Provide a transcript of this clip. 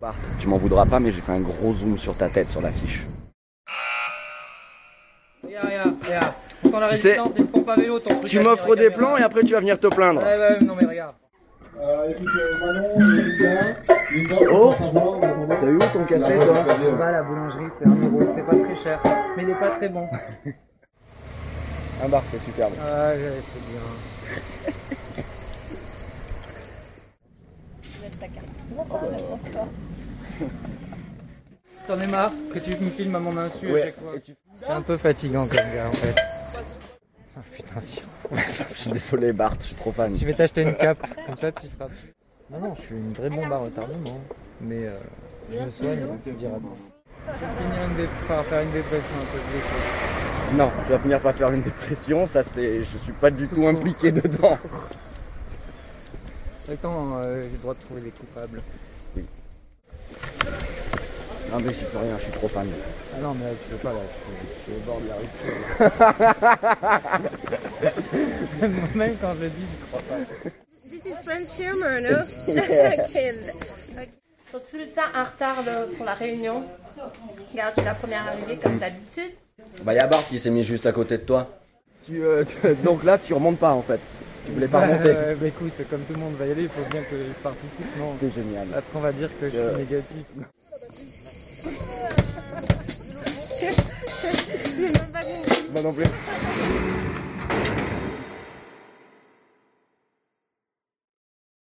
Bart, tu m'en voudras pas, mais j'ai fait un gros zoom sur ta tête sur l'affiche. Regarde, regarde, regarde. Pourtant, la Tu sais, résistance, t'es une pompe à vélo, ton truc Tu à m'offres tirer des la caméra. plans et après tu vas venir te plaindre. Ouais, ouais, non, mais regarde. Euh, écoute, euh, Manon, euh, Linda, Linda, on va savoir, on va savoir. eu ton café, toi Bah, la boulangerie, c'est un euro, c'est pas très cher, mais il est pas très bon. Un Bart, c'est superbe. Ah, j'avais fait bien. T'en es marre que tu me filmes à mon insu à chaque fois C'est un peu fatigant comme gars en fait. Ah, Putain, si. Je suis désolé, Bart, je suis trop fan. Je vais t'acheter une cape, comme ça tu seras. Non, non, je suis une vraie bombe à retardement, mais euh, je me soigne directement. Finir une dé- enfin, faire une dépression un peu de déco. Non, tu vas finir par faire une dépression, ça c'est. Je suis pas du tout impliqué dedans. Attends, euh, j'ai le droit de trouver des coupables. Non, mais j'y peux rien, je suis trop fan. Ah non, mais là, tu peux pas là, je suis, je suis au bord de la rupture. Moi-même quand je le dis, j'y crois pas. This is French humor, no? Ok. Ils sont tout le temps en retard là, pour la réunion. Regarde, je suis la première arrivée comme d'habitude. Bah y'a Bart qui s'est mis juste à côté de toi. Tu, euh, tu- donc là, tu remontes pas en fait. Tu voulais pas Bah, remonter. euh, bah écoute, comme tout le monde va y aller, il faut bien que je participe, non T'es génial. Après on va dire que je Euh. suis négatif. Je n'ai même pas compris. Euh, Moi non plus.